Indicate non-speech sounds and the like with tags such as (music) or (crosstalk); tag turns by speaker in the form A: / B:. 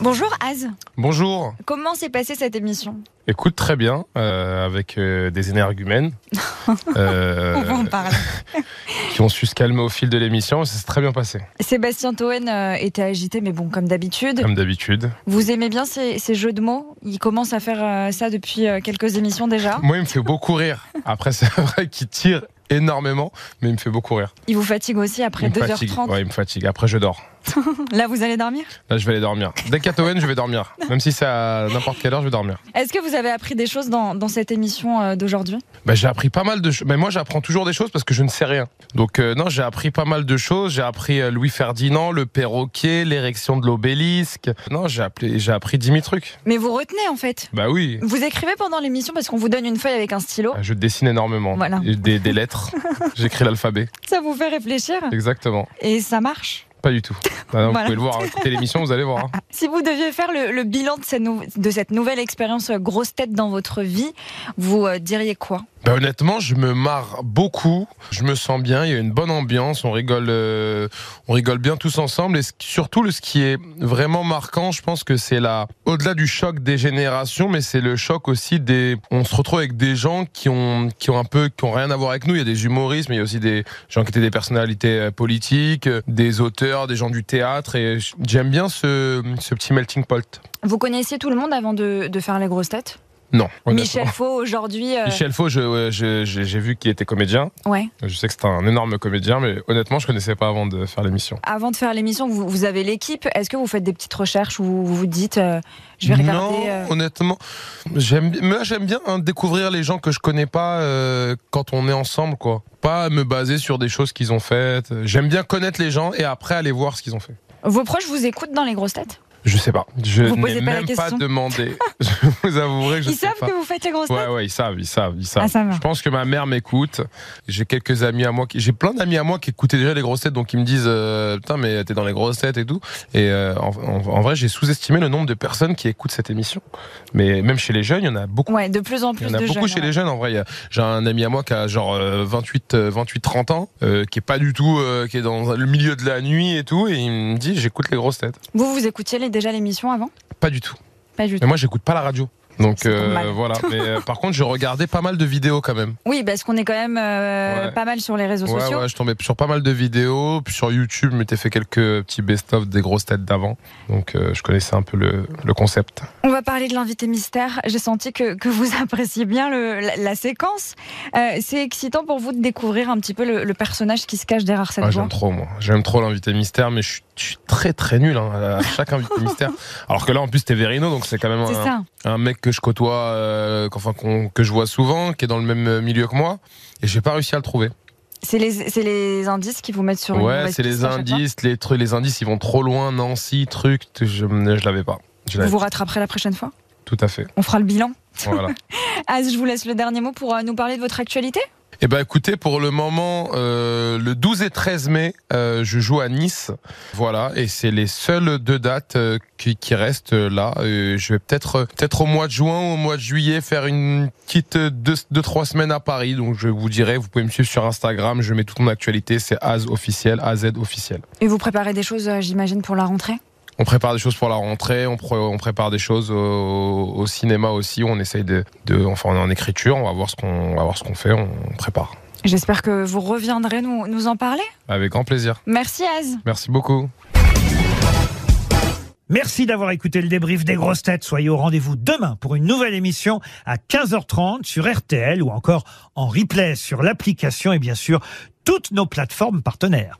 A: Bonjour Az,
B: Bonjour.
A: comment s'est passée cette émission
B: Écoute, très bien, euh, avec euh, des énergumènes euh,
A: On va en
B: (laughs)
A: parler.
B: qui ont su se calmer au fil de l'émission. Ça s'est très bien passé,
A: Sébastien Toen euh, était agité, mais bon, comme d'habitude.
B: comme d'habitude.
A: Vous aimez bien ces, ces jeux de mots Il commence à faire euh, ça depuis euh, quelques émissions déjà.
B: Moi, il me fait beaucoup rire. Après, c'est (laughs) vrai qu'il tire énormément, mais il me fait beaucoup rire.
A: Il vous fatigue aussi après
B: il me fatigue.
A: 2h30.
B: Ouais, il me fatigue. Après, je dors.
A: Là, vous allez dormir
B: Là, je vais aller dormir. Dès qu'à Toen, je vais dormir. Même si c'est à n'importe quelle heure, je vais dormir.
A: Est-ce que vous avez appris des choses dans, dans cette émission euh, d'aujourd'hui
B: Bah, j'ai appris pas mal de choses. Mais moi, j'apprends toujours des choses parce que je ne sais rien. Donc, euh, non, j'ai appris pas mal de choses. J'ai appris euh, Louis Ferdinand, le perroquet, l'érection de l'obélisque. Non, j'ai appelé- j'ai appris 10 000 trucs.
A: Mais vous retenez en fait.
B: Bah oui.
A: Vous écrivez pendant l'émission parce qu'on vous donne une feuille avec un stylo.
B: Ah, Je dessine énormément.
A: Voilà.
B: Et Des,
A: (laughs)
B: des lettres. J'écris l'alphabet.
A: Ça vous fait réfléchir
B: Exactement.
A: et ça marche.
B: Pas du tout. Ah non, Vous
A: Voilà.
B: pouvez le voir. hein. Écoutez l'émission, vous allez voir. hein.
A: Si vous deviez faire le, le bilan de cette, nou- de cette nouvelle expérience euh, grosse tête dans votre vie, vous euh, diriez quoi
B: Bah, honnêtement, je me marre beaucoup. Je me sens bien. Il y a une bonne ambiance. On rigole, euh, on rigole bien tous ensemble. Et ce- surtout, le- ce qui est vraiment marquant, je pense que c'est la, au-delà du choc des générations, mais c'est le choc aussi des. On se retrouve avec des gens qui ont, qui ont un peu, qui ont rien à voir avec nous. Il y a des humoristes, mais il y a aussi des gens qui étaient des personnalités euh, politiques, euh, des auteurs, des gens du théâtre. Et j- j'aime bien ce, ce petit melting pot.
A: Vous connaissiez tout le monde avant de, de faire les grosses têtes
B: Non. honnêtement.
A: Michel Faux aujourd'hui. euh,
B: Michel Faux, je- ouais, je- j'ai j'ai vu qu'il était comédien.
A: Ouais.
B: Je sais que c'est un énorme comédien, mais honnêtement, je connaissais pas avant de faire l'émission.
A: Avant de faire l'émission, vous, vous avez l'équipe. Est-ce que vous faites des petites recherches où vous vous dites euh, je vais regarder
B: Non,
A: euh,
B: honnêtement, j'aime, bi- moi j'aime bien hein, découvrir les gens que je connais pas euh, quand on est ensemble, quoi. Pas me baser sur des choses qu'ils ont faites. J'aime bien connaître les gens et après aller voir ce qu'ils ont fait.
A: Vos proches vous écoutent dans les grosses têtes
B: Je sais pas. Je
A: Vous posez
B: n'ai
A: pas la
B: même pas
A: question. (laughs)
B: demandé. je vous avouerai que je
A: Ils
B: sais
A: savent
B: pas.
A: que vous faites les grosses
B: Ouais,
A: têtes
B: ouais, ils savent, ils savent, ils savent.
A: Ah, ça va.
B: Je pense que ma mère m'écoute. J'ai quelques amis à moi, qui... j'ai plein d'amis à moi qui écoutaient déjà les grosses têtes, donc ils me disent euh, putain mais t'es dans les grosses têtes et tout. Et euh, en, en- en vrai, j'ai sous-estimé le nombre de personnes qui écoutent cette émission. Mais même chez les jeunes, il y en a beaucoup.
A: Ouais, de plus en
B: Il
A: plus
B: y en a
A: de
B: beaucoup
A: jeunes.
B: chez
A: ouais.
B: les jeunes en vrai. Il y a- J'ai un ami à moi qui a genre euh, 28, euh, 28, 30 ans, euh, qui est pas du tout, euh, qui est dans le milieu de la nuit et tout, et il me dit j'écoute les grosses têtes.
A: Vous, vous écoutiez les- déjà l'émission avant
B: Pas du tout.
A: Pas du
B: Mais
A: tout.
B: moi, j'écoute pas la radio. Donc
A: C'est
B: euh,
A: normal. (laughs)
B: voilà. Mais euh, par contre, je regardais pas mal de vidéos quand même.
A: Oui, parce qu'on est quand même euh,
B: Ouais.
A: pas mal sur les réseaux
B: Ouais,
A: sociaux.
B: ouais, je tombais sur pas mal de vidéos. Puis sur YouTube, je m'étais fait quelques petits best-of des grosses têtes d'avant. Donc euh, je connaissais un peu le, le concept.
A: On va parler de l'invité mystère. J'ai senti que, que vous (laughs) appréciez bien le- la, la séquence. Euh, c'est excitant pour vous de découvrir un petit peu le, le personnage qui se cache derrière cette
B: Ah,
A: voix.
B: J'aime trop, moi. J'aime trop l'invité mystère, mais je suis, je suis très très nul hein, à
A: (laughs)
B: chaque invité mystère. Alors que là, en plus, t'es Verino, donc c'est quand même
A: C'est
B: un,
A: ça.
B: un mec que je côtoie, euh, qu'enfin, qu'on- que je vois souvent, qui est dans le même euh, milieu que moi. Et j'ai pas réussi à le trouver.
A: C'est les, c'est les indices qui vous mettent sur une
B: Ouais,
A: mauvaise
B: c'est
A: piste
B: les
A: à chaque fois.
B: indices, les trucs, les indices, ils vont trop loin, Nancy, truc, tu- je, je l'avais pas. Je
A: Vous
B: l'avais
A: vous rattraperez la prochaine fois.
B: tout à fait.
A: On fera le bilan.
B: Voilà.
A: Az, je vous laisse le dernier mot pour euh, nous parler de votre actualité.
B: Eh ben écoutez, pour le moment, euh, le 12 et 13 mai, euh, je joue à Nice. Voilà, et c'est les seules deux dates euh, qui, qui restent euh, là. Euh, je vais peut-être euh, peut-être au mois de juin ou au mois de juillet faire une petite euh, deux, deux trois semaines à Paris. Donc je vous dirai, vous pouvez me suivre sur Instagram, je mets toute mon actualité, c'est Az officiel, AZ officiel.
A: Et vous préparez des choses, euh, j'imagine, pour la rentrée.
B: On prépare des choses pour la rentrée, on, pré- on prépare des choses au, au cinéma aussi, on essaye de, de enfin on est en écriture, on va voir ce qu'on on va voir ce qu'on fait, on, prépare.
A: J'espère que vous reviendrez nous, nous en parler.
B: Avec grand plaisir.
A: Merci Az.
B: Merci beaucoup.
C: Merci d'avoir écouté le débrief des grosses têtes. Soyez au rendez-vous demain pour une nouvelle émission à 15h30 sur RTL ou encore en replay sur l'application et bien sûr toutes nos plateformes partenaires.